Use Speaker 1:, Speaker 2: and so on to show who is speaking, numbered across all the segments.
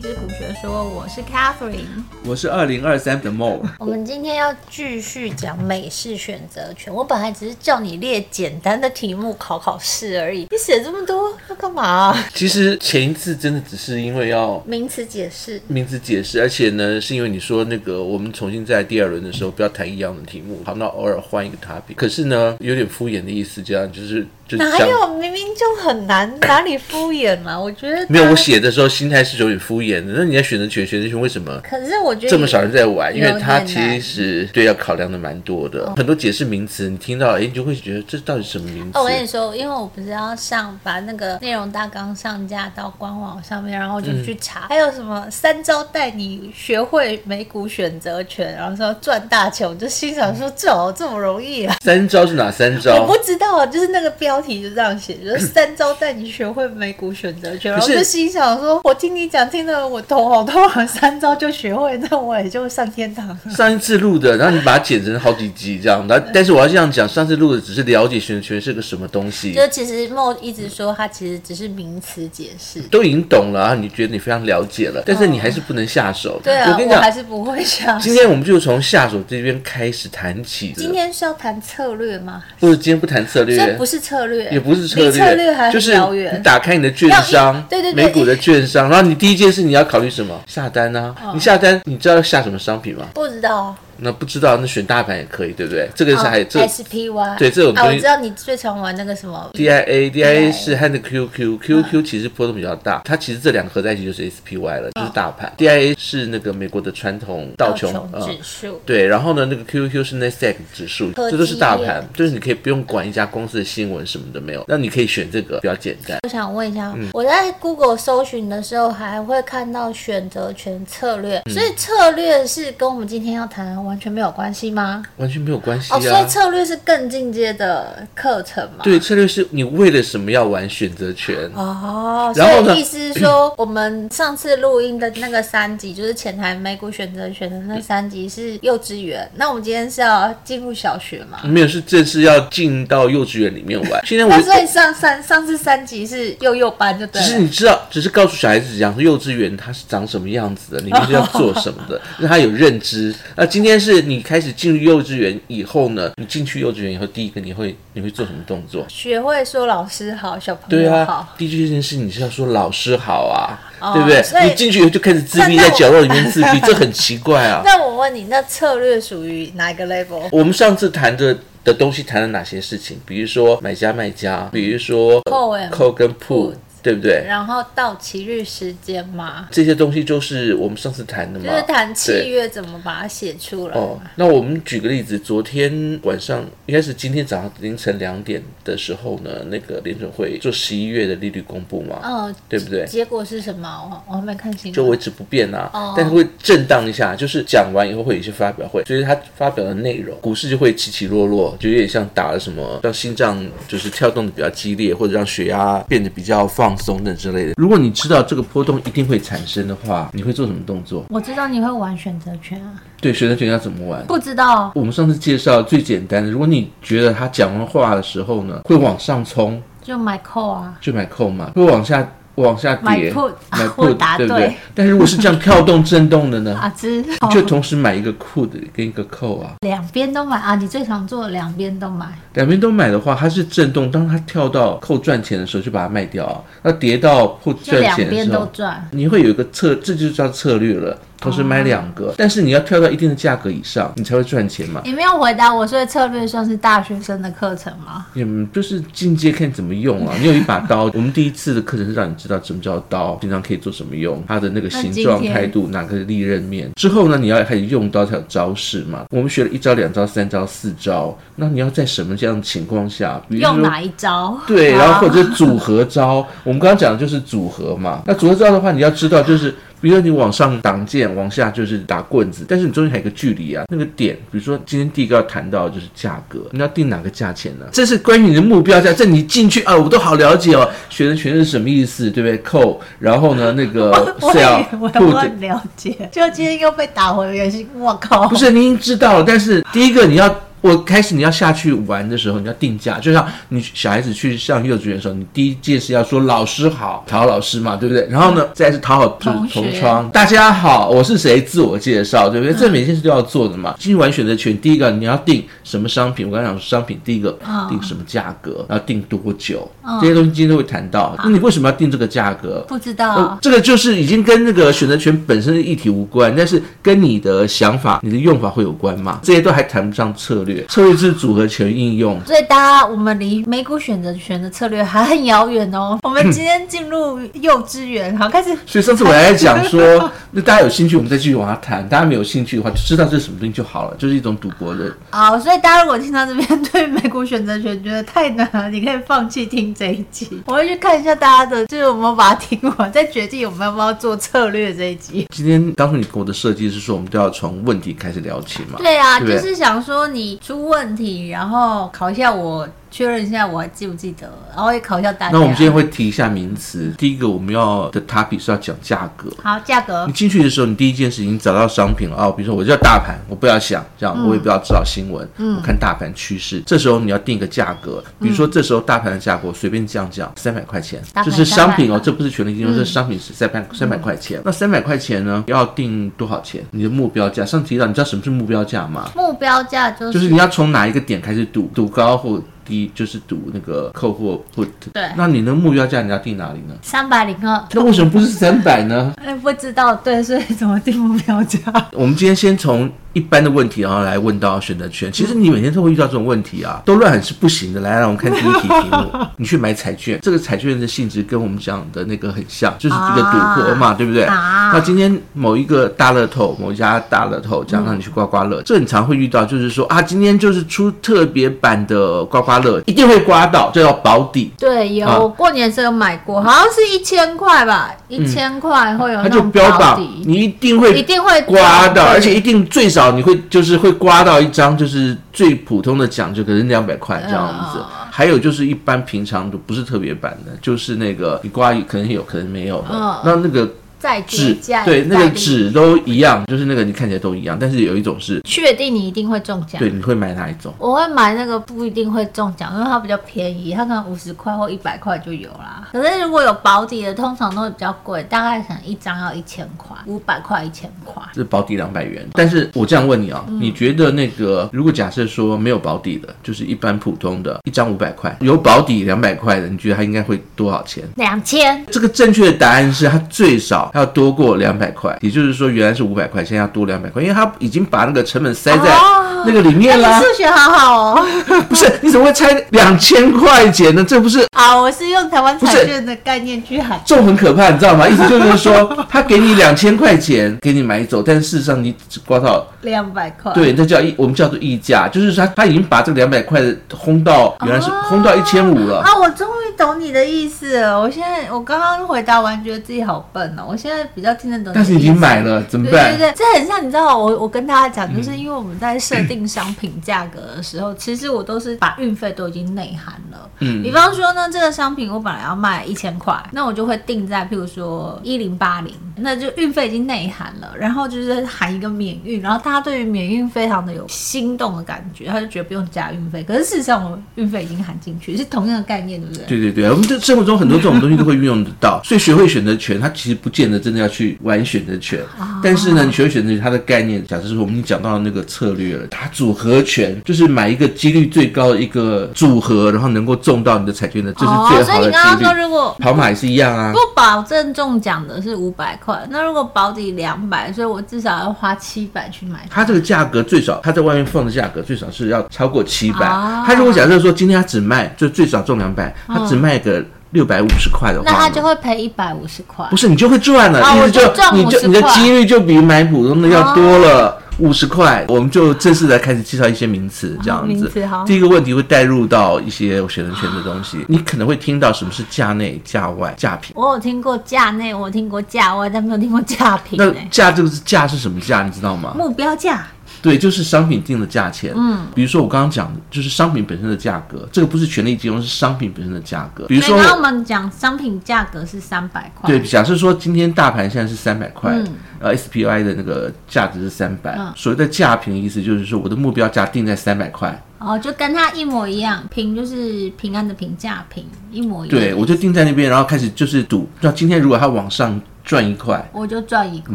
Speaker 1: 之古学说，我是 Catherine。
Speaker 2: 我是二零二三的 Mo，
Speaker 3: 我们今天要继续讲美式选择权。我本来只是叫你列简单的题目考考试而已，你写这么多要干嘛、
Speaker 4: 其实前一次真的只是因为要
Speaker 3: 名词解释，
Speaker 4: 名字解释，而且呢，是因为你说那个我们重新在第二轮的时候不要谈一样的题目，好，那偶尔换一个 topic。可是呢，有点敷衍的意思，这样就是就
Speaker 3: 哪
Speaker 4: 嗯讲
Speaker 3: 有啊明明就很难，哪里敷衍了、我觉得
Speaker 4: 没有我。写的时候心态是有点敷衍的。那你在选择权、选择权为什么？
Speaker 3: 可是我觉得
Speaker 4: 这么少人在玩，因为它
Speaker 3: 有
Speaker 4: 其
Speaker 3: 点难哦
Speaker 4: 实是对要考量的蛮多的，很多解释名词，你听到哎，你就会觉得这到底什么名词？
Speaker 3: 哦，我跟你说，因为我不是要上把那个内容大纲上架到官网上面，然后我
Speaker 4: 嗯
Speaker 3: 就去查，还有什么三招带你学会美股选择权，然后说赚大钱，我就心想说这好这么容易啊！
Speaker 4: 三嗯招是啊哪三
Speaker 3: 我
Speaker 4: 招
Speaker 3: 不？知道，就是那个标题就这样写，就是 三招带你学会美股选择权，然后
Speaker 4: 可是
Speaker 3: 就心想说，我听你讲，听得我头好痛啊，三招就学会，那我也就上天 堂了。
Speaker 4: 上一次录的，然后你把它剪成好几集这样，然后但是我要这样讲，上次录的只是了解选择权是个什么东西，
Speaker 3: 就其实莫一直说，它其实只是名词解释。
Speaker 4: 都已经懂了，然后你觉得你非常了解了，但是你还是不能下手。
Speaker 3: 嗯对啊，
Speaker 4: 我跟你
Speaker 3: 我
Speaker 4: 讲
Speaker 3: 还，是不会想。
Speaker 4: 今天我们就从下手这边开始谈起的。
Speaker 3: 今天是要谈策略吗？
Speaker 4: 不是今天不谈策
Speaker 3: 这
Speaker 4: 略
Speaker 3: 不。是策略，
Speaker 4: 也不是策略，
Speaker 3: 离策略还
Speaker 4: 就
Speaker 3: 很
Speaker 4: 是
Speaker 3: 遥
Speaker 4: 你
Speaker 3: 远。
Speaker 4: 打开你的券
Speaker 3: 要
Speaker 4: 商，
Speaker 3: 对对对
Speaker 4: 美股的券商，然后你第一件事你要考虑什么？下单啊！
Speaker 3: 哦
Speaker 4: 你下单，你知道要下什么商品吗？
Speaker 3: 不知道啊
Speaker 4: 那不知道，那选大盘也可以，对不对？这个是
Speaker 3: 哦
Speaker 4: 还、这
Speaker 3: ，SPY
Speaker 4: 对这种
Speaker 3: 啊，
Speaker 4: 东
Speaker 3: 我
Speaker 4: 西
Speaker 3: 知道你最常玩那个什么
Speaker 4: DIA DIA 是和那 QQ
Speaker 3: 嗯
Speaker 4: QQ 其实波动比较大，它其实这两个合在一起就是 SPY 了，就是大盘。DIA 是那个美国的传统道琼呃
Speaker 3: 指数，
Speaker 4: 对，然后呢，那个 QQQ 是 Nasdaq 指数，
Speaker 3: 科技
Speaker 4: 这都是大盘
Speaker 3: 业，
Speaker 4: 就是你可以不用管一家公司的新闻什么的没有，那你可以选这个比较简单。
Speaker 3: 我想问一下，
Speaker 4: 嗯
Speaker 3: 我在 Google 搜寻的时候还会看到选择权策略，
Speaker 4: 嗯
Speaker 3: 所以策略是跟我们今天要谈的完全没有关系吗？
Speaker 4: 完全没有关系
Speaker 3: 哦，所以
Speaker 4: 啊。
Speaker 3: 策略是更进阶的课程嘛？
Speaker 4: 对，策略是你为了什么要玩选择权？
Speaker 3: 哦，所
Speaker 4: 然后呢
Speaker 3: 以意思是说，我们上次录音的那个三集，就是前台美股选择权的那三集是幼稚园，那我们今天是要进入小学嘛？
Speaker 4: 没有，是正式要进到幼稚园里面玩。现在我
Speaker 3: 那所以上三上次三集是幼幼班就对
Speaker 4: 只是
Speaker 3: 了。
Speaker 4: 你知道，只是告诉小孩子讲说幼稚园它是长什么样子的，里面是要做什么 的，让他有认知。那今天是你开始进入幼稚园以后呢，你进去幼稚园以后，第一个你会你会做什么动作？
Speaker 3: 学会说老师好，小朋
Speaker 4: 对
Speaker 3: 友好
Speaker 4: 啊。，第一件事你是要说老师好啊，
Speaker 3: 哦
Speaker 4: 对不
Speaker 3: 所以
Speaker 4: 对？你进去以后就开始自闭，
Speaker 3: 那那
Speaker 4: 在
Speaker 3: 我
Speaker 4: 角落里面自 闭，这很奇怪啊。
Speaker 3: 那我问你，那策略属于哪一个 level？
Speaker 4: 我们上次谈的的东西谈了哪些事情？比如说买家卖家，比如说
Speaker 3: Call and
Speaker 4: 扣跟 put，
Speaker 3: put
Speaker 4: 对不对？
Speaker 3: 然后到期日时间嘛，
Speaker 4: 这些东西就是我们上次谈的嘛，
Speaker 3: 就是谈契
Speaker 4: 对
Speaker 3: 约怎么把它写出来嘛。
Speaker 4: 哦，那我们举个例子，昨天晚上应该是今天早上凌晨两点的时候呢，那个联准会做十一月的利率公布嘛，
Speaker 3: 嗯，
Speaker 4: 哦对不对？
Speaker 3: 结果是什么？我我还没看清楚。
Speaker 4: 就维持不变啊，
Speaker 3: 哦
Speaker 4: 但是会震荡一下，就是讲完以后会有一些发表会，所以他发表的内容，股市就会起起落落，就有点像打了什么，让心脏就是跳动的比较激烈，或者让血压变得比较放松等之类的。如果你知道这个波动一定会产生的话，你会做什么动作？
Speaker 3: 我知道你会玩选择权啊，
Speaker 4: 对，选择权要怎么玩？
Speaker 3: 不知道
Speaker 4: 我们上次介绍最简单的，如果你觉得他讲完话的时候呢，会往上冲，
Speaker 3: 就买 call 啊，
Speaker 4: 就买扣嘛；会往下往下跌，
Speaker 3: 买 put
Speaker 4: 买
Speaker 3: 我答
Speaker 4: put，对不
Speaker 3: 对
Speaker 4: 对？但如果是这样跳动震动 的呢，
Speaker 3: 啊知
Speaker 4: 就同时买一个 put 跟一个扣啊。
Speaker 3: 两边都买啊，你最常做的两边都买，
Speaker 4: 两边都买的话，它是震动，当它跳到扣赚钱的时候就把它卖掉啊，那跌到 put
Speaker 3: 就
Speaker 4: 赚
Speaker 3: 两
Speaker 4: 钱的
Speaker 3: 边
Speaker 4: 时
Speaker 3: 都
Speaker 4: 候，
Speaker 3: 赚。
Speaker 4: 你会有一个策，这就叫策略了。同时买两
Speaker 3: 哦
Speaker 4: 个，但是你要跳到一定的价格以上，你才会赚钱嘛。
Speaker 3: 你没有回答我，所以策略算是大学生的课程吗？
Speaker 4: 嗯，就是进阶看怎 么用啊。你有一把刀，我们第一次的课程是让你知道什么叫刀，平常可以做什么用，它的那个形
Speaker 3: 那
Speaker 4: 状、
Speaker 3: 今天
Speaker 4: 态度，哪个利刃面。之后呢，你要开始用刀才有招式嘛。我们学了一招、两招、三招、四招，那你要在什么这样的情况下，比如
Speaker 3: 用
Speaker 4: 说。
Speaker 3: 哪一招？
Speaker 4: 对，然后或
Speaker 3: 啊
Speaker 4: 者组合招， 我们刚刚讲的就是组合嘛。那组合招的话，你要知道就是，比如说你往上挡箭，往下就是打棍子，但是你中间还有一个距离啊，那个点，比如说今天第一个要谈到的就是价格，你要定哪个价钱呢、这是关于你的目标价，这你进去啊，我都好了解哦，选择权是什么意思，对不对？扣，然后呢那个
Speaker 3: 我
Speaker 4: sell
Speaker 3: 以为
Speaker 4: put
Speaker 3: 我很了解，就今天又被打回原形，我靠！
Speaker 1: 哦
Speaker 4: 不是，你已经知道了，但是第一个你要我开始你要下去玩的时候，你要定价，就像你小孩子去上幼稚园的时候，你第一届是要说老师好，讨好老师嘛，对不对？然后呢，再是讨好就是
Speaker 1: 同学
Speaker 4: 同窗，大家好，我是谁，自我介绍，对不对？这每件事都要做的嘛。进去玩选择权，第一个你要定什么商品，我刚刚讲商品，第一个
Speaker 1: 哦
Speaker 4: 定什么价格，然后定多久，这些东西今天都会谈到。那你为什么要定这个价格？
Speaker 1: 不知
Speaker 4: 哦
Speaker 3: 啊
Speaker 1: 道，，
Speaker 4: 这个就是已经跟那个选择权本身的议题无关，但是跟你的想法、你的用法会有关嘛？这些都还谈不上策略，策略是组合拳应用。
Speaker 3: 所以大家，我们离美股选择权的策略还很遥远哦。我们今天进入幼稚园，好开始
Speaker 4: 所以上次我还在讲说， 那大家有兴趣，我们再继续往下谈；大家没有兴趣的话，就知道这是什么东西就好了，就是一种赌博的。
Speaker 3: 哦。所以大家如果听到这边对美股选择权觉得太难了，你可以放弃听这一集。 我会去看一下大家的，就是有没有把它听完，再决定我们要不要做策略这一 集。
Speaker 4: 今天当初你给我的设计是说，我们都要从问题开始聊起嘛？
Speaker 3: 对啊，
Speaker 4: 对
Speaker 3: 就是想说你出问题，然后考一下我，确认一下我还记不记得，然后也考一下大家。
Speaker 4: 那我们今天会提一下名词。第一个我们要的 topic 是要讲价格。
Speaker 3: 好价格
Speaker 4: 你，进去的时候，你第一件事情找到商品了啊、比如说我叫大盘，我不要想
Speaker 3: 嗯
Speaker 4: 这样，我也不要知道新闻，我看大盘趋势。这时候你要定一个价格，比如说这时候大盘的价格我随便这样讲，三百块钱
Speaker 3: 嗯大，
Speaker 4: 这
Speaker 3: 盘
Speaker 4: 是商品哦
Speaker 3: 300，
Speaker 4: 这不是权利金融，
Speaker 3: 嗯
Speaker 4: 这是商品是三百三百块钱。那三百块钱呢，要定多少钱？你的目标价，上次提到，你知道什么是目标价吗？
Speaker 3: 目标价就是、
Speaker 4: 就是你要从哪一个点开始赌，赌高或低，就是赌那个扣或 put。
Speaker 3: 对
Speaker 4: 那你的目标价你要定哪里呢？
Speaker 3: 三百零二。
Speaker 4: 那为什么不是三百呢？
Speaker 3: 哎，不知道，对，所以怎么定目标价？
Speaker 4: 我们今天先从一般的问题，然后来问到选择权。其实你每天都会遇到这种问题啊，都乱很是不行的。来，让我们看第一题 题目：你去买彩券，这个彩券的性质跟我们讲的那个很像，就是一个赌博嘛，对不对？
Speaker 3: 啊
Speaker 4: 那今天某一个大乐透，某一家大乐透，这样让你去刮刮乐，这很常会遇到，就是说啊，今天就是出特别版的刮刮乐，一定会刮到，这叫保底。
Speaker 3: 对，有、
Speaker 4: 啊
Speaker 3: 我过年的时候有买过，好像是一千块吧，一千块会有哦
Speaker 4: 嗯它
Speaker 3: 那
Speaker 4: 就
Speaker 3: 种
Speaker 4: 标榜
Speaker 3: 底，
Speaker 4: 你一定会
Speaker 3: 一定会
Speaker 4: 刮
Speaker 3: 对
Speaker 4: 到，而且一定最少你会就是会刮到一张就是最普通的奖，就可能两百块这样
Speaker 3: 嗯
Speaker 4: 子。还有就是一般平常的不是特别版的，就是那个你刮可能有可能没有的，
Speaker 3: 嗯
Speaker 4: 那那个
Speaker 3: 再叠
Speaker 4: 纸
Speaker 3: 加嗯
Speaker 4: 对那
Speaker 3: 再
Speaker 4: 个
Speaker 3: 叠
Speaker 4: 纸都一样，就是那个你看起来都一样，但是有一种是
Speaker 3: 确定你一定会中奖。
Speaker 4: 对你会买哪一种？
Speaker 3: 我会买那个不一定会中奖，因为它比较便宜，它可能五十块或一百块就有啦。可是如果有保底的，通常都会比较贵，大概可能一张要一千块，五百块一千块。
Speaker 4: 是保底两百
Speaker 3: 嗯
Speaker 4: 元，但是我这样问你啊、你觉得那个如果假设说没有保底的，就是一般普通的，一张五百块，有保底两百块的，你觉得它应该会多少钱？
Speaker 3: 两千，
Speaker 4: 这个正确的答案是它最少要多过两百块，也就是说原来是五百块，现在要多两百块，因为它已经把那个成本塞在
Speaker 3: 哦
Speaker 4: 那个里面啦
Speaker 3: 你。数学好好 哦。
Speaker 4: 不是，你怎么会猜两千块钱呢？这不是
Speaker 3: 啊，我是用台湾
Speaker 4: 不是
Speaker 3: 彩券的概念去喊
Speaker 4: 这种很可怕，你知道吗？意思就是说，他给你两千块钱给你买走，但事实上你只刮到
Speaker 3: 两百块。
Speaker 4: 对，那叫溢，我们叫做溢价，就是他他已经把这个两百块的轰到原来是轰到一千五了。
Speaker 3: 啊，我终于懂你的意思了。我现在我刚刚回答完，觉得自己好笨哦。我现在比较听得懂你的意
Speaker 4: 但
Speaker 3: 思。
Speaker 4: 是已经买了，怎么
Speaker 3: 对
Speaker 4: 办
Speaker 3: 对？对，这很像你知道，我我跟大家讲，
Speaker 4: 嗯
Speaker 3: 就是因为我们在设定商品价格的时候，其实我都是把运费都已经内含了。嗯，比方说呢，这个商品我本来要卖一千块，那我就会定在譬如说一零八零，那就运费已经内含了，然后就是含一个免运，然后大家对于免运非常的有心动的感觉，他就觉得不用加运费，可是事实上我运费已经含进去，是同样的概念，对不对？
Speaker 4: 对对对，我们这生活中很多这种东西都会运用得到，所以学会选择权，它其实不见得真的要去玩选择权，
Speaker 3: 啊
Speaker 4: 但是呢，你学会选择权它的概念，假设说我们讲到那个策略了，它组合权就是买一个几率最高的一个组合，然后能够中到你的彩券的，这是
Speaker 3: 哦，
Speaker 4: 最
Speaker 3: 所
Speaker 4: 好
Speaker 3: 以
Speaker 4: 的
Speaker 3: 你刚
Speaker 4: 几
Speaker 3: 刚
Speaker 4: 率
Speaker 3: 说。如果
Speaker 4: 跑马也是一样啊
Speaker 3: 不，保证中奖的是五百块，那如果保底两百，所以我至少要花七百去买。
Speaker 4: 它这个价格最少，它在外面放的价格最少是要超过七百、
Speaker 3: 啊嗯
Speaker 4: 它如果假设说今天它只卖，就最少中两百，它只卖个六百五十块的话呢，
Speaker 3: 那他就会赔一百五十块
Speaker 4: 不。是你就会赚了，
Speaker 3: 啊
Speaker 4: 意
Speaker 3: 我
Speaker 4: 思
Speaker 3: 就赚
Speaker 4: 你就
Speaker 3: 50
Speaker 4: 你的
Speaker 3: 块啊
Speaker 4: 几率就比买普通的要多了。五十块，我们就正式来开始介绍一些名词，这样
Speaker 3: 啊名
Speaker 4: 子
Speaker 3: 词好。啊
Speaker 4: 第一个问题会带入到一些选择权的东西，你可能会听到什么是价内、价外、价品。
Speaker 3: 我有听过价内，我有听过价外，但没有听过价品、
Speaker 4: 那
Speaker 3: 欸。
Speaker 4: 价这个是价是什么价，你知道吗？
Speaker 3: 目标价
Speaker 4: 对，就是商品定的价钱。嗯，比如说我刚刚讲的，就是商品本身的价格，这个不是权利金融，是商品本身的价格。比如
Speaker 3: 所以
Speaker 4: 说
Speaker 3: 刚刚我
Speaker 4: 我，
Speaker 3: 们讲商品价格是三百块，
Speaker 4: 对，假设说今天大盘现在是三百块，呃 SPY 的那个价值是三百、
Speaker 3: 嗯
Speaker 4: 所谓的价平意思就是说我的目标价定在三百块，
Speaker 3: 哦，就跟他一模一样，平就是平安的平，价平一模一样。
Speaker 4: 对我就定在那边，然后开始就是赌，那今天如果它往上赚一块，
Speaker 3: 我就赚一块，
Speaker 4: 你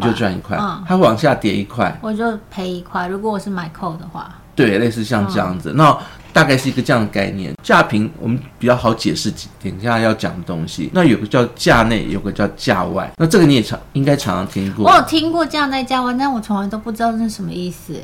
Speaker 4: 就赚一块
Speaker 3: 嗯，
Speaker 4: 它往下跌一块，
Speaker 3: 我就赔一块。如果我是买扣的话，
Speaker 4: 对，类似像这样
Speaker 3: 嗯
Speaker 4: 子，那大概是一个这样的概念。价平我们比较好解释几点下要讲的东西。那有个叫价内，有个叫价外。那这个你也常应该常常听过
Speaker 3: 我。有听过这样在加湾，但我从来都不知道这是什么意思。欸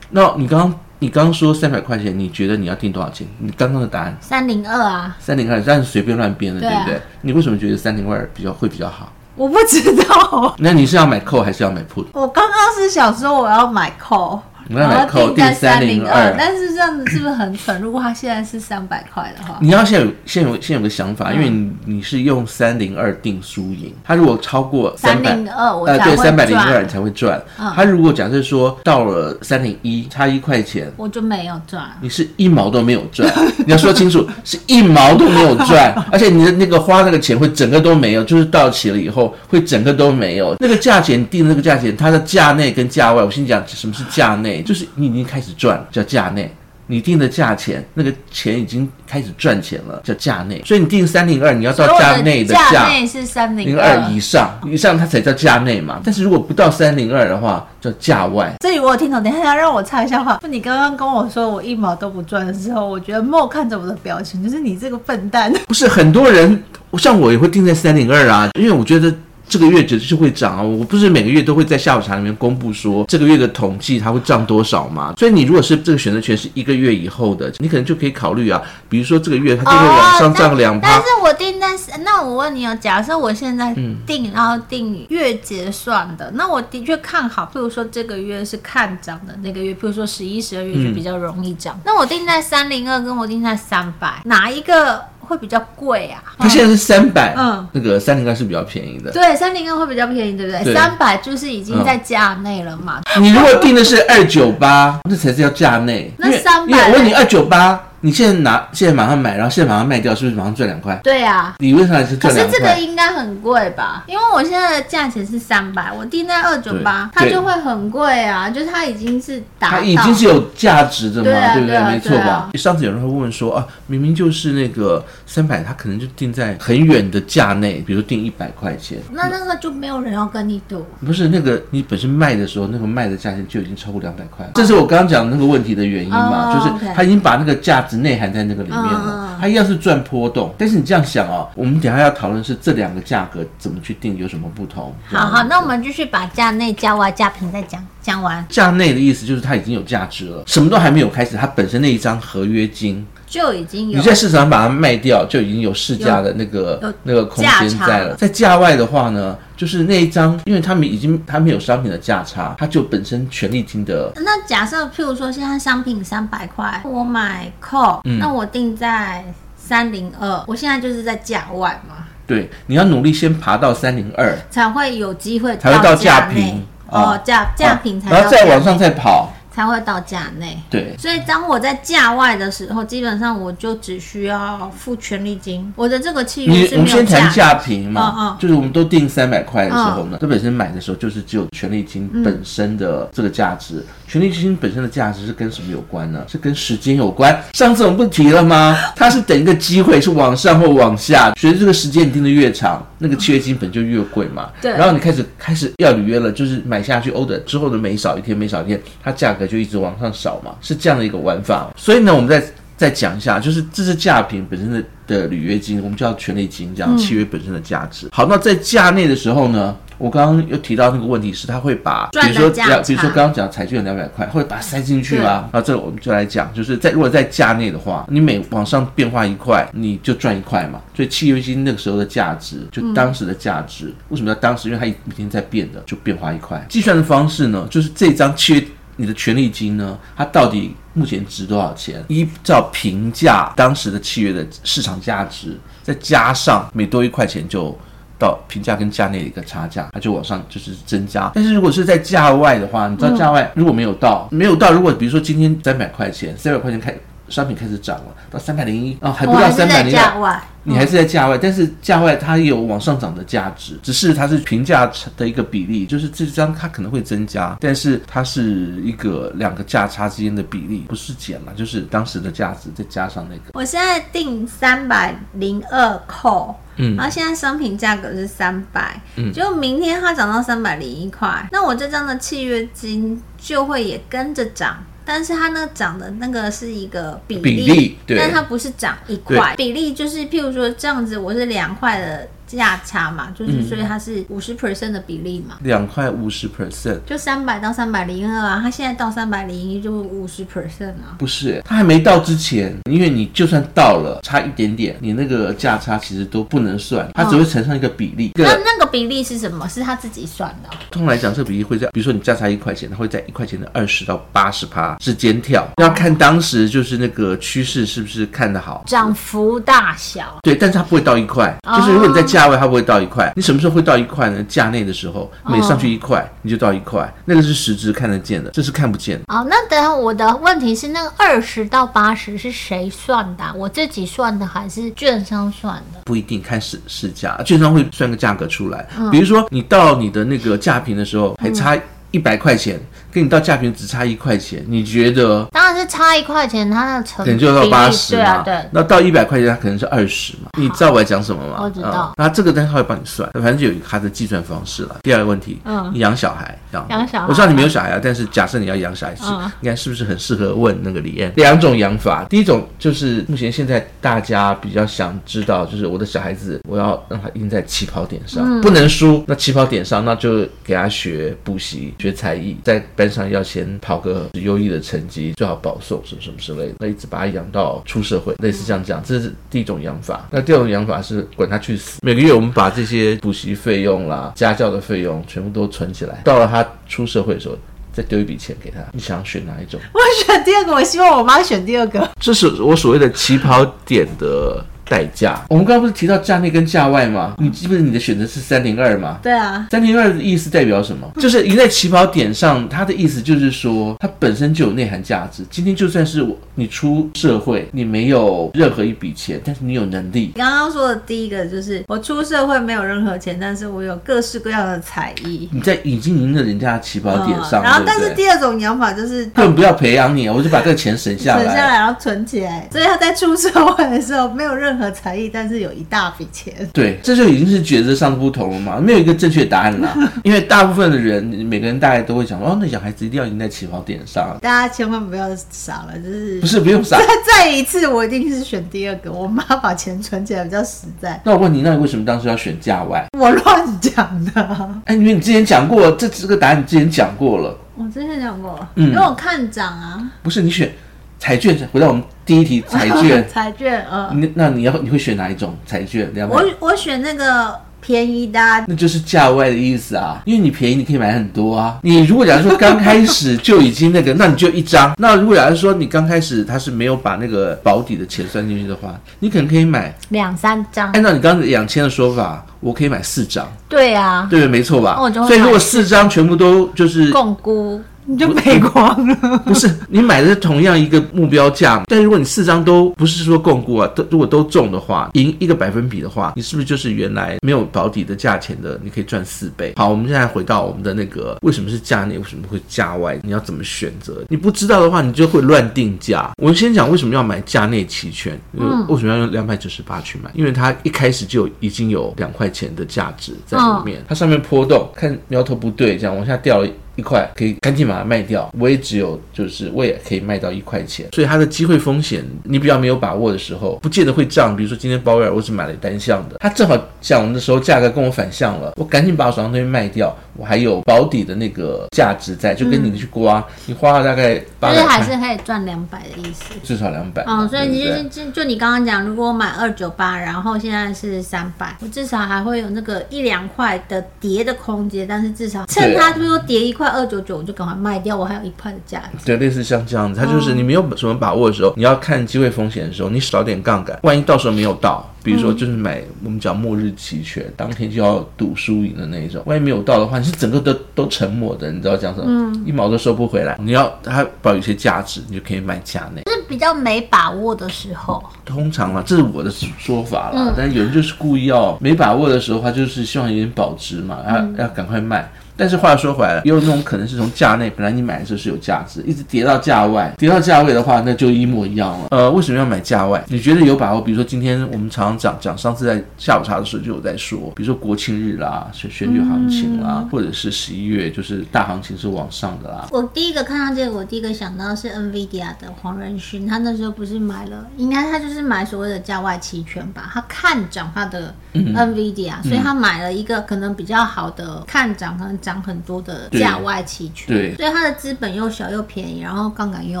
Speaker 4: 那你刚刚你刚刚说三百块钱，你觉得你要定多少钱？你刚刚的答案
Speaker 3: 三零二啊，
Speaker 4: 三零二，但是随便乱编的，
Speaker 3: 对
Speaker 4: 对
Speaker 3: 啊
Speaker 4: 不对？你为什么觉得三零二比较会比较好？
Speaker 3: 我不知道。
Speaker 4: 那你是要买扣还是要买 put？
Speaker 3: 我刚刚是想说我要买扣，
Speaker 4: 你要买
Speaker 3: 我
Speaker 4: 扣
Speaker 3: 定在
Speaker 4: 三
Speaker 3: 三零
Speaker 4: 二，
Speaker 3: 但是这样子是不是很蠢？如果它现在是三百块的话，
Speaker 4: 你要先有先有先有个想
Speaker 3: 嗯
Speaker 4: 法，因为你你是用三零二定输赢，它如果超过 三百
Speaker 3: 302我
Speaker 4: 呃
Speaker 3: 才
Speaker 4: 对
Speaker 3: 会
Speaker 4: 三百零二
Speaker 3: 赚嗯
Speaker 4: 你才会赚。它如果假设说到了三零一差一块钱，
Speaker 3: 我就没有赚。
Speaker 4: 你是一毛都没有赚， 你要说清楚是一毛都没有 赚，而且你的那个花那个钱会整个都没有，就是到期了以后会整个都没有。那个价钱定的那个价钱，它的价内跟价外，我先讲什么是价内，就是你已经开始赚了叫价内。你定的价钱，那个钱已经开始赚钱了，叫价内。所以你定三零二，你要到价内的
Speaker 3: 价
Speaker 4: 价
Speaker 3: 内是三
Speaker 4: 零
Speaker 3: 零
Speaker 4: 二以上，以上它才叫价内嘛。但是如果不到三零二的话，叫价外。
Speaker 3: 这里我有听懂，等一下让我插一下话。不，你刚刚跟我说我一毛都不赚的时候，我觉得梦看着我的表情，就是你这个笨蛋。
Speaker 4: 不是很多人，像我也会定在三零二啊，因为我觉得这个月只是会涨啊，我不是每个月都会在下午茶里面公布说这个月的统计它会涨多少嘛，所以你如果是这个选择权是一个月以后的，你可能就可以考虑啊，比如说这个月 它就会往上涨两
Speaker 3: 哦但
Speaker 4: 趴嗯
Speaker 3: 是。我定在，那我问你哦，假设我现在定，然后定月结算的，那我的确看好，譬如说这个月是看涨的，那个月，譬如说十一、十二月就比较容易
Speaker 4: 嗯
Speaker 3: 涨。那我定在三零二，跟我定在三百，哪一个会比较贵啊？
Speaker 4: 它现在是三百、
Speaker 3: 嗯
Speaker 4: 那个三零二是比较便宜的。
Speaker 3: 对，三零二会比较便宜，对不对？
Speaker 4: 对嗯
Speaker 3: 三百就是已经在价内了嘛，
Speaker 4: 你如果定的是二九八，那才是叫价内。
Speaker 3: 那
Speaker 4: 因为
Speaker 3: 300
Speaker 4: 因为我问你二九八，你现在拿，现在马上买，然后现在马上卖掉，是不是马上赚两块？
Speaker 3: 对啊。
Speaker 4: 理论上是
Speaker 3: 可
Speaker 4: 赚
Speaker 3: 是
Speaker 4: 两块。
Speaker 3: 这个应该很贵吧？因为我现在的价钱是三百，我定在二九八，它
Speaker 4: 对
Speaker 3: 就会很贵啊，就是它已经是达
Speaker 4: 它
Speaker 3: 到，
Speaker 4: 已经是有价值的嘛，
Speaker 3: 对啊
Speaker 4: 不
Speaker 3: 对
Speaker 4: 对？
Speaker 3: 啊
Speaker 4: 没错
Speaker 3: 对
Speaker 4: 吧
Speaker 3: 啊？
Speaker 4: 上次有人会问说啊，明明就是那个三百，它可能就定在很远的价内，比如定一百块钱。
Speaker 3: 那那个就没有人要跟你赌。
Speaker 4: 不是那个，你本身卖的时候，那个卖的价钱就已经超过两百块了，这是我刚刚讲的那个问题的原因嘛，
Speaker 3: 哦
Speaker 4: 就是
Speaker 3: OK 嗯
Speaker 4: 他已经把那个价值内涵在那个里面了，他一样是赚波动。但是你这样想哦，我们等一下要讨论是这两个价格怎么去定，有什么不同？
Speaker 3: 好好，那我们继续把价内、价外、价平再讲讲完，
Speaker 4: 价内的意思就是它已经有价值了，什么都还没有开始，它本身那一张合约金
Speaker 3: 就已经有
Speaker 4: 你在市场上把它卖掉，就已经有市价的那
Speaker 3: 有
Speaker 4: 个那个空间
Speaker 3: 价
Speaker 4: 在
Speaker 3: 差
Speaker 4: 了。在价外的话呢，就是那一张，因为他们已经他们有商品的价差，它就本身权利金的
Speaker 3: 那假设，譬如说现在商品三百块，我买扣，
Speaker 4: 嗯
Speaker 3: 那我定在三零二，我现在就是在价外嘛，
Speaker 4: 对，你要努力先爬到三零二，
Speaker 3: 才会有机会
Speaker 4: 才会到
Speaker 3: 价
Speaker 4: 价
Speaker 3: 内
Speaker 4: 平
Speaker 3: 哦
Speaker 4: 哦，
Speaker 3: 价价平才
Speaker 4: 然
Speaker 3: 到
Speaker 4: 后再
Speaker 3: 价
Speaker 4: 往上再跑，
Speaker 3: 才会到价内。
Speaker 4: 对。
Speaker 3: 所以当我在价外的时候，基本上我就只需要付权利金，我的这个契约
Speaker 4: 你
Speaker 3: 是
Speaker 4: 我
Speaker 3: 没
Speaker 4: 们
Speaker 3: 有
Speaker 4: 先谈
Speaker 3: 价。
Speaker 4: 价平嘛，
Speaker 3: 嗯嗯嗯
Speaker 4: 就是我们都定三百块的时候呢，这、本身买的时候就是只有权利金本身的这个价值。权利金本身的价值是跟什么有关呢？是跟时间有关。上次我们不提了吗？它是等一个机会，是往上或往下，随着这个时间你定的越长，那个契约金本就越贵嘛。
Speaker 3: 对
Speaker 4: 然后你开始开始要履约了，就是买下去 order 之后的每少一天每少一天，它价格就一直往上少嘛，是这样的一个玩法。哦所以呢，我们在再讲一下，就是这是价品本身的的履约金，我们叫权利金，
Speaker 3: 嗯
Speaker 4: 这样契约本身的价值。好，那在价内的时候呢，我刚刚又提到那个问题是，他会把比
Speaker 3: 赚
Speaker 4: 如
Speaker 3: 的
Speaker 4: 说
Speaker 3: 价啊
Speaker 4: 两，比如说
Speaker 3: 差
Speaker 4: 刚刚讲彩券两百块，会把它塞进去啊。那这个我们就来讲，就是在如果在价内的话，你每往上变化一块，你就赚一块嘛。所以契约金那个时候的价值，就当时的价值，为什么叫当时？因为它每天在变的，就变化一块。计算的方式呢，就是这张契约。你的权利金呢？它到底目前值多少钱？依照评价当时的契约的市场价值，再加上每多一块钱就到评价跟价内的一个差价，它就往上就是增加。但是如果是在
Speaker 3: 嗯
Speaker 4: 价外的话，你知道价外如果没有到，没有到，如果比如说今天三百块钱，三百块钱开。商品开始涨了，到三百零一，哦，还不
Speaker 3: 我
Speaker 4: 到
Speaker 3: 还是
Speaker 4: 三百
Speaker 3: 在
Speaker 4: 零
Speaker 3: 价嗯
Speaker 4: 二，
Speaker 3: 外，
Speaker 4: 你还是在价外，但是价外它也有往上涨的价值，只是它是平价的一个比例，就是这张它可能会增加，但是它是一个两个价差之间的比例，不是减嘛，就是当时的价值再加上那个，
Speaker 1: 我现在定三百零二扣，
Speaker 4: 嗯
Speaker 1: 然后现在商品价格是三百、结果明天它涨到三百零一块，那我这张的契约金就会也跟着涨。但是它那涨的那个是一个比例，
Speaker 4: 比例对
Speaker 1: 但它不是涨一块，比例就是譬如说这样子，我是两块的价差
Speaker 4: 嗯
Speaker 1: 嘛，就是、所以它是五十 percent 的比例嘛，
Speaker 4: 两块五十 percent。
Speaker 1: 就三百到三百零二啊，它现在到三百零一就五十 percent 啊，
Speaker 4: 不是，它还没到之前，因为你就算到了，差一点点，你那个价差其实都不能算，它只会乘上一个比例。这
Speaker 1: 那
Speaker 4: 个
Speaker 1: 那个比例是什么？是他自己算的哦、
Speaker 4: 通常来讲，这个比例会在，比如说你价差一块钱，它会在一块钱的二十到八十趴之间跳，要看当时就是那个趋势是不是看得好。
Speaker 3: 涨幅大小。
Speaker 4: 对，但是它不会到一块，就是如果你在价位，它不会到一块。你什么时候会到一块呢？价内的时候，每上去一块，你就到一块，那个是实质看得见的，这是看不见的。
Speaker 3: 哦，那等下我的问题是，那个二十到八十是谁算的啊、我自己算的还是券商算的？
Speaker 4: 不一定看市市价，券商会算个价格出来。
Speaker 3: 嗯
Speaker 4: 比如说你到你的那个价评的时候还差一百块钱，跟你到价评只差一块钱，你觉得
Speaker 3: 当然是差一块钱，它的成
Speaker 4: 可能就
Speaker 3: 比
Speaker 4: 到
Speaker 3: 例
Speaker 4: 八
Speaker 3: 嗯
Speaker 4: 十
Speaker 3: 对
Speaker 4: 嘛？
Speaker 3: 啊，对。
Speaker 4: 那到一百块钱它可能是二十嘛？你知道我在讲什么吗？
Speaker 3: 我知道
Speaker 4: 啊那这个东西它会帮你算，反正就有它的计算方式了。第二个问题，
Speaker 3: 嗯
Speaker 4: 你养小孩，养
Speaker 3: 养小孩
Speaker 4: 我知道你没有小孩啊，但是假设你要养小孩是，
Speaker 3: 嗯
Speaker 4: 你看是不是很适合问那个李安？两种养法，第一种就是目前现在大家比较想知道，就是我的小孩子，我要让他赢在起跑点上，不能输。那起跑点上，那就给他学补习、学才艺，在班上要先跑个优异的成绩，最好保送什么什么之类的，那一直把他养到出社会，类似像这样，这是第一种养法。那第二种养法是管他去死，每个月我们把这些补习费用啦、家教的费用全部都存起来，到了他出社会的时候。再丢一笔钱给他，你想选哪一种？
Speaker 3: 我选第二个，我希望我妈选第二个。
Speaker 4: 这是我所谓的起跑点的代价。我们刚刚不是提到价内跟价外吗？你记不记得你的选择是三零二吗？
Speaker 1: 对啊，
Speaker 4: 三零二的意思代表什么？就是赢在起跑点上，它的意思就是说，它本身就有内涵价值。今天就算是我你出社会，你没有任何一笔钱，但是你有能力，
Speaker 1: 刚刚说的第一个就是我出社会没有任何钱，但是我有各式各样的才艺。
Speaker 4: 你在已经赢了人家的起跑点上，
Speaker 1: 嗯然后，
Speaker 4: 对
Speaker 1: 但
Speaker 4: 不
Speaker 1: 是
Speaker 4: 对？
Speaker 1: 第二种养 法就是
Speaker 4: 根本不要培养你，我就把这个钱省下
Speaker 1: 存下
Speaker 4: 来。
Speaker 1: 来，然后存起来。所以他在出社会的时候没有任何才艺，但是有一大笔钱。
Speaker 4: 对，这就已经是抉择上的不同了嘛，没有一个正确答案啦。因为大部分的人，每个人大概都会想，哦，那小孩子一定要赢在起跑点上，
Speaker 1: 大家千万不要傻了，就是
Speaker 4: 不是不用傻。
Speaker 1: 再 再一次，我一定是选第二个。我妈把钱存起来比较实在，
Speaker 4: 那我问你，那你为什么当时要选价外？
Speaker 1: 我乱讲的啊。
Speaker 4: 哎，因为你之前讲过，这这个答案你之前讲过了，
Speaker 1: 我之前讲过，
Speaker 4: 嗯
Speaker 1: 因为我看涨啊，
Speaker 4: 不是你选彩券。回到我们第一题，彩 券，
Speaker 1: 彩券，嗯，
Speaker 4: 你那你要你会选哪一种彩券？两百
Speaker 1: 我，我选那个便宜的啊、
Speaker 4: 那就是价外的意思啊，因为你便宜，你可以买很多啊。你如果假如说刚开始就已经那个，那 你就一张。那如果假如说你刚开始他是没有把那个保底的钱算进去的话，你可能可以买。
Speaker 3: 两三张，
Speaker 4: 按照你刚刚两千的说法，我可以买四张，
Speaker 3: 对啊，
Speaker 4: 对，没错吧？
Speaker 3: 那我就会
Speaker 4: 所以如果
Speaker 3: 买
Speaker 4: 四张全部都就是
Speaker 3: 共估
Speaker 1: 你就赔光了。
Speaker 4: 不是，你买的是同样一个目标价，但如果你四张都不是说共估啊，都如果都中的话，赢一个百分比的话，你是不是就是原来没有保底的价钱的，你可以赚四倍？好，我们现在回到我们的那个，为什么是价内，为什么会价外？你要怎么选择？你不知道的话，你就会乱定价。我先讲为什么要买价内期权，嗯、为什么要用两百九十八去买？因为它一开始就已经有两块钱的价值在里面，它上面波动，看苗头不对，这样往下掉了。一块可以赶紧把它卖掉，我也只有就是我也可以卖到一块钱，所以它的机会风险你比较没有把握的时候，不见得会涨。比如说今天鲍威尔我只买了单向的，它正好讲的时候价格跟我反向了，我赶紧把我手上东西卖掉，我还有保底的那个价值在，就跟你去刮，你花了大概
Speaker 3: 就
Speaker 4: 八
Speaker 3: 是
Speaker 4: 百
Speaker 3: 还
Speaker 4: 块，
Speaker 3: 是可以赚两百的意思。
Speaker 4: 至少两百嘛，
Speaker 1: 哦，所以
Speaker 4: 对
Speaker 1: 你
Speaker 4: 不
Speaker 1: 就
Speaker 4: 对
Speaker 1: 是就就你刚刚讲，如果我买二九八，然后现在是三百，我至少还会有那个一两块的叠的空间，但是至少趁
Speaker 4: 对啊
Speaker 1: 它比如说叠一块二九九，我就赶快卖掉，我还有一块的价值。
Speaker 4: 对，类似像这样子，它就是你没有什么把握的时候，你要看机会风险的时候，你少点杠杆，万一到时候没有到，比如说就是买、我们讲末日期权，当天就要赌输赢的那一种，万一没有到的话，你是整个都都沉默的，你知道讲什么？一毛都收不回来，你要它保有一些价值，你就可以买价内。
Speaker 3: 就是比较没把握的时候，
Speaker 4: 通常啦，这是我的说法啦。但有人就是故意要没把握的时候，他就是希望有点保值嘛，要、要赶快卖。但是话说回来了，也有那种可能是从价内，本来你买的时候是有价值，一直跌到价外，跌到价位的话，那就一模一样了。呃，为什么要买价外？你觉得有把握？比如说今天我们常常讲讲，上次在下午茶的时候就有在说，比如说国庆日啦，选选举行情啦，或者是十一月就是大行情是往上的啦。
Speaker 1: 我第一个看到这个，我第一个想到是 NVIDIA 的黄仁勋，他那时候不是买了，应该他就是买所谓的价外期权吧，他看涨他的
Speaker 4: 嗯
Speaker 1: NVIDIA，、所以他买了一个可能比较好的看涨，可能涨很多的
Speaker 4: 对
Speaker 1: 价外期权，
Speaker 4: 对
Speaker 1: 所以他的资本又小又便宜，然后杠杆又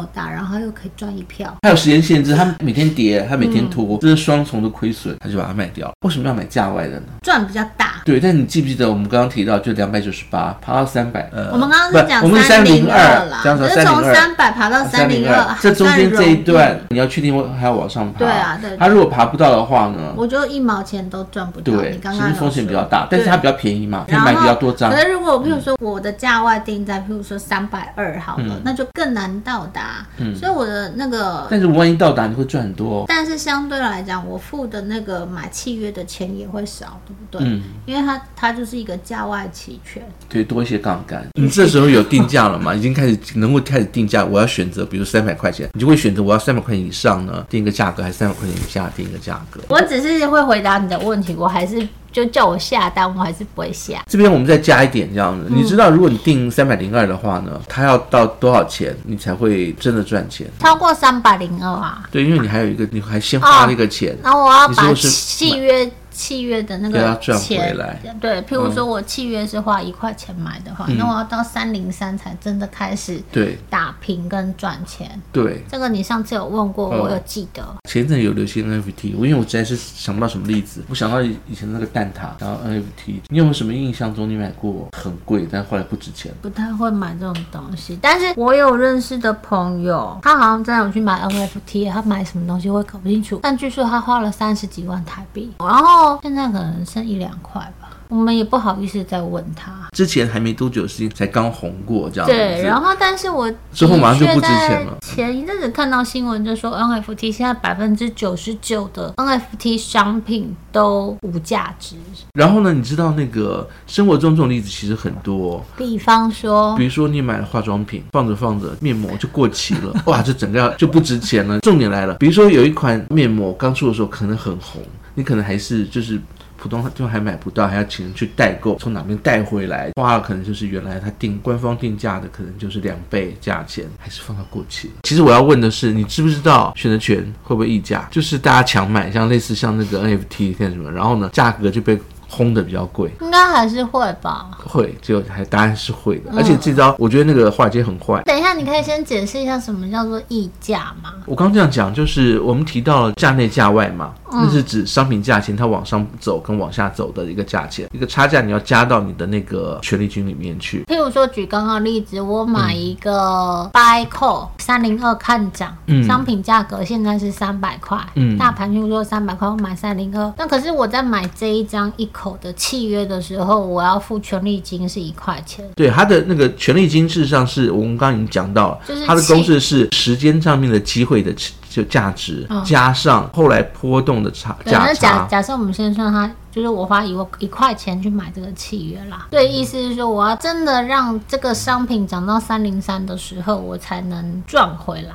Speaker 1: 大，然后又可以赚一票。
Speaker 4: 还有时间限制，他每天跌，他每天拖，这是双重的亏损，他就把它卖掉了。为什么要买价外的呢？
Speaker 1: 赚比较大。
Speaker 4: 对，但你记不记得我们刚刚提到，就两百九十八爬到三百，呃，
Speaker 1: 我们刚刚是讲
Speaker 4: 不我们
Speaker 1: 三零
Speaker 4: 302
Speaker 1: 啦，
Speaker 4: 讲成
Speaker 1: 就是从
Speaker 4: 302
Speaker 1: 三百爬
Speaker 4: 啊
Speaker 1: 到三零二，
Speaker 4: 这中间这一段，你要确定我还要往上爬。
Speaker 1: 对啊对
Speaker 4: 它如果爬不到的话呢？
Speaker 1: 我就一毛钱都赚不到。
Speaker 4: 对
Speaker 1: 你，刚
Speaker 4: 是不是
Speaker 1: 刚有
Speaker 4: 风险
Speaker 1: 说
Speaker 4: 比较嗯大？但是它比较便宜嘛，可以买比较多张
Speaker 1: 可。是如果我譬如说我的价外定在譬如说三百二好了，
Speaker 4: 嗯
Speaker 1: 那就更难到达。所以我的那个，
Speaker 4: 但是万一到达，你会赚很多哦。
Speaker 1: 但是相对来讲，我付的那个买契约的钱也会少，对不对？
Speaker 4: 嗯，
Speaker 1: 因为它它就是一个价外期权，
Speaker 4: 对，多一些杠杆。你这时候有定价了嘛？已经开始能够开始定价，我要选择，比如三百块钱，你就会选择我要三百块钱以上呢，定一个价格，还是三百块钱以下定一个价格？
Speaker 3: 我只是会回答你的问题，我还是就叫我下单，我还是不会下。
Speaker 4: 这边我们再加一点这样子，你知道，如果你定三百零二的话呢，它要到多少钱你才会真的赚钱？
Speaker 3: 超过三百零二啊，
Speaker 4: 对，因为你还有一个，你还先花了一个钱，
Speaker 3: 然后我要
Speaker 4: 你是
Speaker 3: 把
Speaker 4: 不是
Speaker 3: 契约契约的那
Speaker 4: 给它
Speaker 3: 个
Speaker 4: 赚回
Speaker 3: 钱，
Speaker 4: 来。嗯
Speaker 3: 对，譬如说我契约是花一块钱买的话，那我要到三零三才真的开始
Speaker 4: 对
Speaker 3: 打平跟赚钱。
Speaker 4: 对，
Speaker 3: 这个你上次有问过，
Speaker 4: 嗯
Speaker 3: 我有记得。
Speaker 4: 前一阵有流行 NFT，我因为我实在是想不到什么例子，我想到以以前那个蛋挞，然后 NFT，你有没有什么印象中你买过很贵，但后来不值钱？
Speaker 3: 不太会买这种东西，但是我有认识的朋友，他好像真的有去买 NFT，他买什么东西我也搞不清楚，但据说他花了三十几万台币，然后现在可能剩一两块吧，我们也不好意思再问他。
Speaker 4: 之前还没多久的事情，才刚红过这样子。
Speaker 3: 对，然后但是我
Speaker 4: 啊之后马上就不值
Speaker 3: 的
Speaker 4: 钱了
Speaker 3: 确在前一阵子看到新闻就说 NFT 现在百分之九十九的 NFT 商品都无价值，
Speaker 4: 然后呢，你知道那个生活中这种例子其实很多、哦。
Speaker 3: 比方说
Speaker 4: 比如说你买了化妆品，放着放着面膜就过期了， 哇，这整个就不值钱了。重点来了，比如说有一款面膜刚出的时候可能很红，你可能还是就是。普通就还买不到，还要请人去代购，从哪边带回来，花了可能就是原来他定官方定价的，可能就是两倍价钱，还是放到过期了。其实我要问的是，你知不知道选择权会不会溢价？就是大家抢买，像类似像那个 NFT 干什么，然后呢，价格就被轰的比较贵。
Speaker 3: 应该还是会吧。
Speaker 4: 会，就还答案是会
Speaker 3: 嗯
Speaker 4: 的。而且这招，我觉得那个华尔街很坏。
Speaker 3: 等一下，你可以先解释一下什么叫做溢价吗？
Speaker 4: 我刚刚这样讲，就是我们提到了价内价外嘛，
Speaker 3: 嗯
Speaker 4: 那是指商品价钱它往上走跟往下走的一个价钱，一个差价你要加到你的那个权利金里面去。
Speaker 3: 譬如说，举刚刚的例子，我买一个 buy call 三零二看涨，
Speaker 4: 嗯
Speaker 3: 商品价格现在是三百块，
Speaker 4: 嗯
Speaker 3: 大盘譬如说三百块，我买三零二，那可是我在买这一张一口的契约的时候，我要付权利金是一块钱，
Speaker 4: 对它的那个权利金，事实上是我们刚刚已经讲到了
Speaker 3: 就是，
Speaker 4: 它的
Speaker 3: 其
Speaker 4: 公式是时间上面的机会的就价值、加上后来波动的差
Speaker 3: 嗯对，
Speaker 4: 价
Speaker 3: 那假
Speaker 4: 差。
Speaker 3: 假设我们先算它，就是我花一万一块钱去买这个契约啦。对，意思是说我要真的让这个商品涨到三零三的时候，我才能赚回来，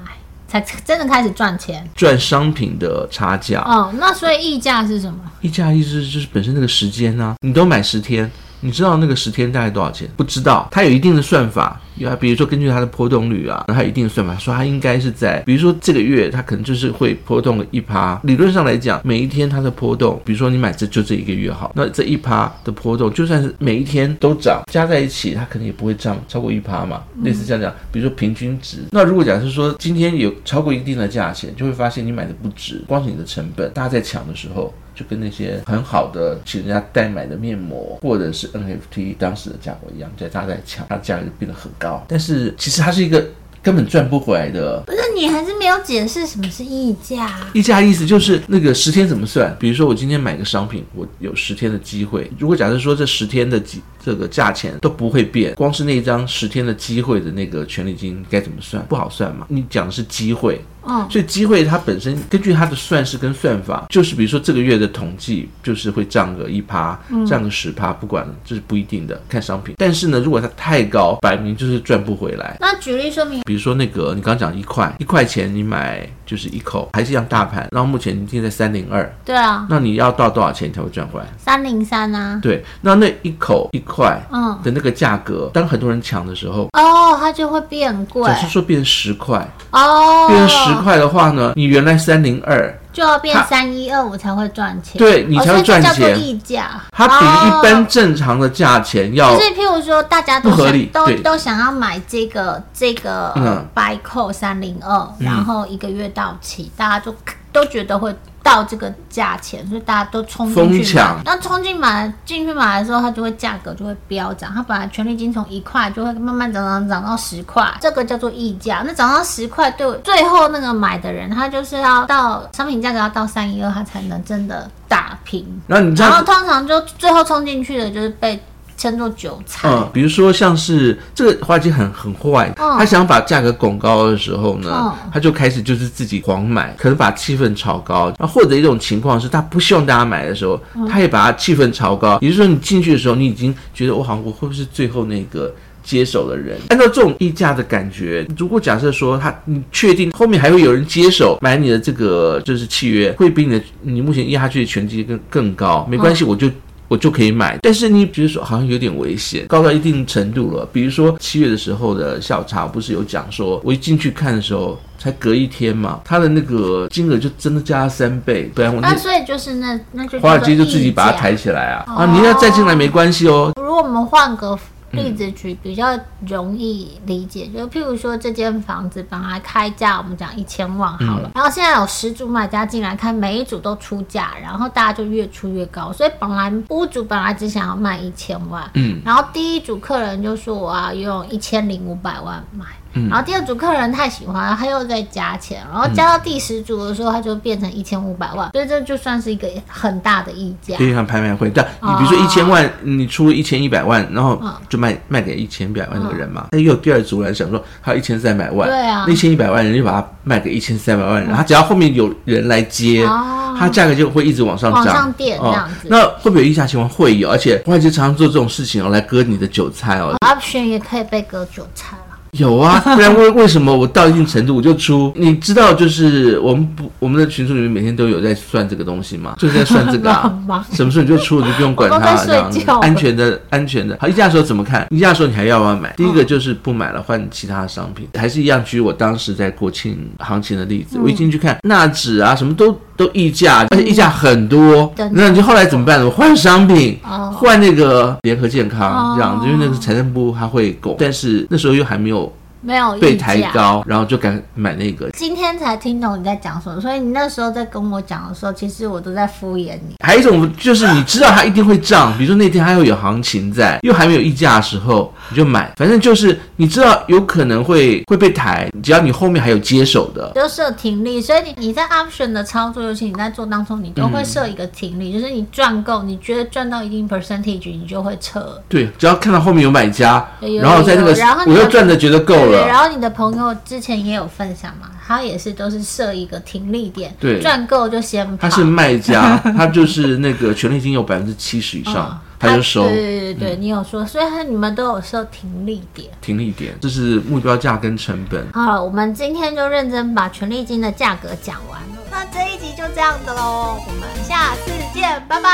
Speaker 3: 才真的开始赚钱。
Speaker 4: 赚商品的差价，
Speaker 3: 哦，那所以溢价是什么？
Speaker 4: 溢价意思就是本身那个时间呢、你都买十天，你知道那个十天大概多少钱？不知道，它有一定的算法，有啊，比如说根据它的波动率啊，然后它有一定的算法，说它应该是在，比如说这个月它可能就是会波动个一趴。理论上来讲，每一天它的波动，比如说你买这就这一个月好，那这一趴的波动，就算是每一天都涨，加在一起，它可能也不会涨超过一趴嘛，类似这样讲，比如说平均值。那如果假设说今天有超过一定的价钱，就会发现你买的不值，光是你的成本，大家在抢的时候。就跟那些很好的请人家代买的面膜或者是 NFT 当时的价格一样，在大家在抢，它价格就变得很高。但是其实它是一个根本赚不回来的。
Speaker 3: 不是你还是没有解释什么是溢价啊。
Speaker 4: 溢价意思就是那个十天怎么算？比如说我今天买个商品，我有十天的机会。如果假设说这十天的机这个价钱都不会变，光是那一张十天的机会的那个权利金该怎么算？不好算嘛？你讲的是机会，
Speaker 3: 嗯
Speaker 4: 所以机会它本身根据它的算式跟算法，就是比如说这个月的统计就是会涨个一趴，涨个十趴，不管这、是不一定的，看商品。但是呢，如果它太高，摆明就是赚不回来。
Speaker 3: 那举例说明，
Speaker 4: 比如说那个，你刚刚讲一块一块钱，你买就是一口，还是一样大盘，然后目前你定在三零二，
Speaker 3: 对啊，
Speaker 4: 那你要到多少钱才会赚回来？
Speaker 3: 三零三啊，
Speaker 4: 对，那那一口一块
Speaker 3: 嗯，
Speaker 4: 的那个价格，当很多人抢的时候，
Speaker 3: 哦，它就会变贵
Speaker 4: 假设说变十块，
Speaker 3: 哦，
Speaker 4: 变十块的话呢，你原来三零二，
Speaker 3: 就要变
Speaker 4: 它
Speaker 3: 三一二五才会赚钱，
Speaker 4: 对你
Speaker 3: 哦
Speaker 4: 才会
Speaker 3: 所以这
Speaker 4: 赚
Speaker 3: 叫做
Speaker 4: 钱
Speaker 3: 溢价，
Speaker 4: 它比一般
Speaker 3: 哦
Speaker 4: 正常的价钱要
Speaker 3: 就是譬如说，大家都
Speaker 4: 不合
Speaker 3: 想
Speaker 4: 理
Speaker 3: 都
Speaker 4: 对
Speaker 3: 都想要买这个这个
Speaker 4: 嗯
Speaker 3: 白扣三零二，然后一个月到期，大家就都觉得会到这个价钱，所以大家都冲进
Speaker 4: 疯
Speaker 3: 去买
Speaker 4: 抢。
Speaker 3: 那冲进买进去买的时候，它就会价格就会飙涨。它本来权利金从一块就会慢慢涨涨涨到十块，这个叫做溢价。那涨到十块，对我最后那个买的人，他就是要到商品价格要到三一二，他才能真的打平。
Speaker 4: 然后你这
Speaker 3: 然后
Speaker 4: 样，
Speaker 3: 通常就最后冲进去的就是被称作韭菜。
Speaker 4: 嗯，比如说像是这个花姐很很坏，
Speaker 3: 嗯
Speaker 4: 她想把价格拱高的时候呢
Speaker 3: 嗯，
Speaker 4: 她就开始就是自己狂买，可能把气氛炒高。那或者一种情况是，她不希望大家买的时候，
Speaker 3: 嗯
Speaker 4: 她也把它气氛炒高。也就是说，你进去的时候，你已经觉得我哦好像我会不会是最后那个。接手的人，按照这种溢价的感觉，如果假设说他，你确定后面还会有人接手买你的这个就是契约，会比你的你目前压下去的权益更更高，没关
Speaker 3: 嗯
Speaker 4: 系，我就。我就可以买，但是你比如说好像有点危险，高到一定程度了。比如说七月的时候的下午茶，不是有讲说，我一进去看的时候，才隔一天嘛，他的那个金额就真的加了三倍。本来我那
Speaker 3: 啊那所以就是那那就叫做
Speaker 4: 华尔街就自己把它
Speaker 3: 溢价。
Speaker 4: 抬起来啊，啊，你要再进来没关系哦，
Speaker 3: 如果我们换个例子举，比较容易理解，就譬如说这间房子本来开价我们讲一千万好了，然后现在有十组买家进来看，每一组都出价，然后大家就越出越高，所以本来屋主本来只想要卖一千万，
Speaker 4: 嗯，
Speaker 3: 然后第一组客人就说我要用一千零五百万买。然后第二组客人太喜欢了，他又再加钱，然后加到第十组的时候，他就变成一千五百万，所以这就算是一个很大的溢价。
Speaker 4: 可以像拍卖会，但你比
Speaker 3: 哦
Speaker 4: 如说一千万，你出一千一百万，然
Speaker 3: 嗯
Speaker 4: 后就卖卖给一千一百万的人嘛，那又有第二组人想说还有一千三百万，
Speaker 3: 对啊嗯
Speaker 4: 那一千一百万人就把它卖给一千三百万人，他只要后面有人来接
Speaker 3: 哦，
Speaker 4: 它价格就会一直往上
Speaker 3: 往
Speaker 4: 涨，
Speaker 3: 上垫
Speaker 4: 哦
Speaker 3: 这样子
Speaker 4: 那会不会有溢价情况？会有，而且会计常常做这种事情哦，来割你的韭菜哦，
Speaker 3: option 也可以被割韭菜了。
Speaker 4: 有 啊，不然为为什么我到一定程度我就出？你知道，就是我们不我们的群组里面每天都有在算这个东西嘛，就是在算这 个
Speaker 3: 很忙
Speaker 4: 啊，什么时候你就出，你就不用管
Speaker 3: 我都在
Speaker 4: 它，这样
Speaker 3: 睡觉
Speaker 4: 安全的安全的。好，议价的时候怎么看？议价的时候你还要不要买？第一个就是不买了，换其他的商品，还是一样举我当时在国庆行情的例
Speaker 3: 嗯
Speaker 4: 子，我一进去看纳指啊，什么都都议价，而且议价很多
Speaker 3: 真的，
Speaker 4: 那你就后来怎么办？我换商品，
Speaker 3: 哦
Speaker 4: 换那个联合健康
Speaker 3: 哦
Speaker 4: 啊这样子，因为那个财政部它会拱，但是那时候又还没有。
Speaker 3: 没有
Speaker 4: 被
Speaker 3: 溢
Speaker 4: 抬
Speaker 3: 价。
Speaker 4: 高，然后就敢买那个，
Speaker 3: 今天才听懂你在讲什么，所以你那时候在跟我讲的时候，其实我都在敷衍你。
Speaker 4: 还有一种就是你知道它一定会涨，比如说那天它会有行情在，又还没有溢价的时候，你就买。反正就是你知道有可能会会被抬，只要你后面还有接手的，
Speaker 3: 就设停利，所以你你在 option 的操作，尤其你在做当中，你都会设一个停
Speaker 4: 嗯
Speaker 3: 利，就是你赚够，你觉得赚到一定 percentage，你就会撤。
Speaker 4: 对，只要看到后面有买家，
Speaker 3: 有
Speaker 4: 然后在那个
Speaker 3: 有然后
Speaker 4: 我
Speaker 3: 你
Speaker 4: 又
Speaker 3: 有
Speaker 4: 赚的觉得够
Speaker 3: 对，然
Speaker 4: 了，
Speaker 3: 后你的朋友之前也有分享嘛，他也是都是设一个停利点，
Speaker 4: 对
Speaker 3: 赚够就先跑。
Speaker 4: 他是 卖家，他就是那个权利金有百分之七十以
Speaker 3: 哦
Speaker 4: 上，他就收嗯
Speaker 3: 对。对对对，你有说，所以他你们都有设停利点。
Speaker 4: 停利点，这是目标价跟成本。
Speaker 3: 好了，我们今天就认真把权利金的价格讲完了。那这一集就这样子喽，我们下次见，拜拜。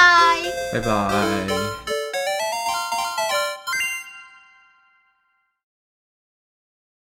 Speaker 4: 拜拜。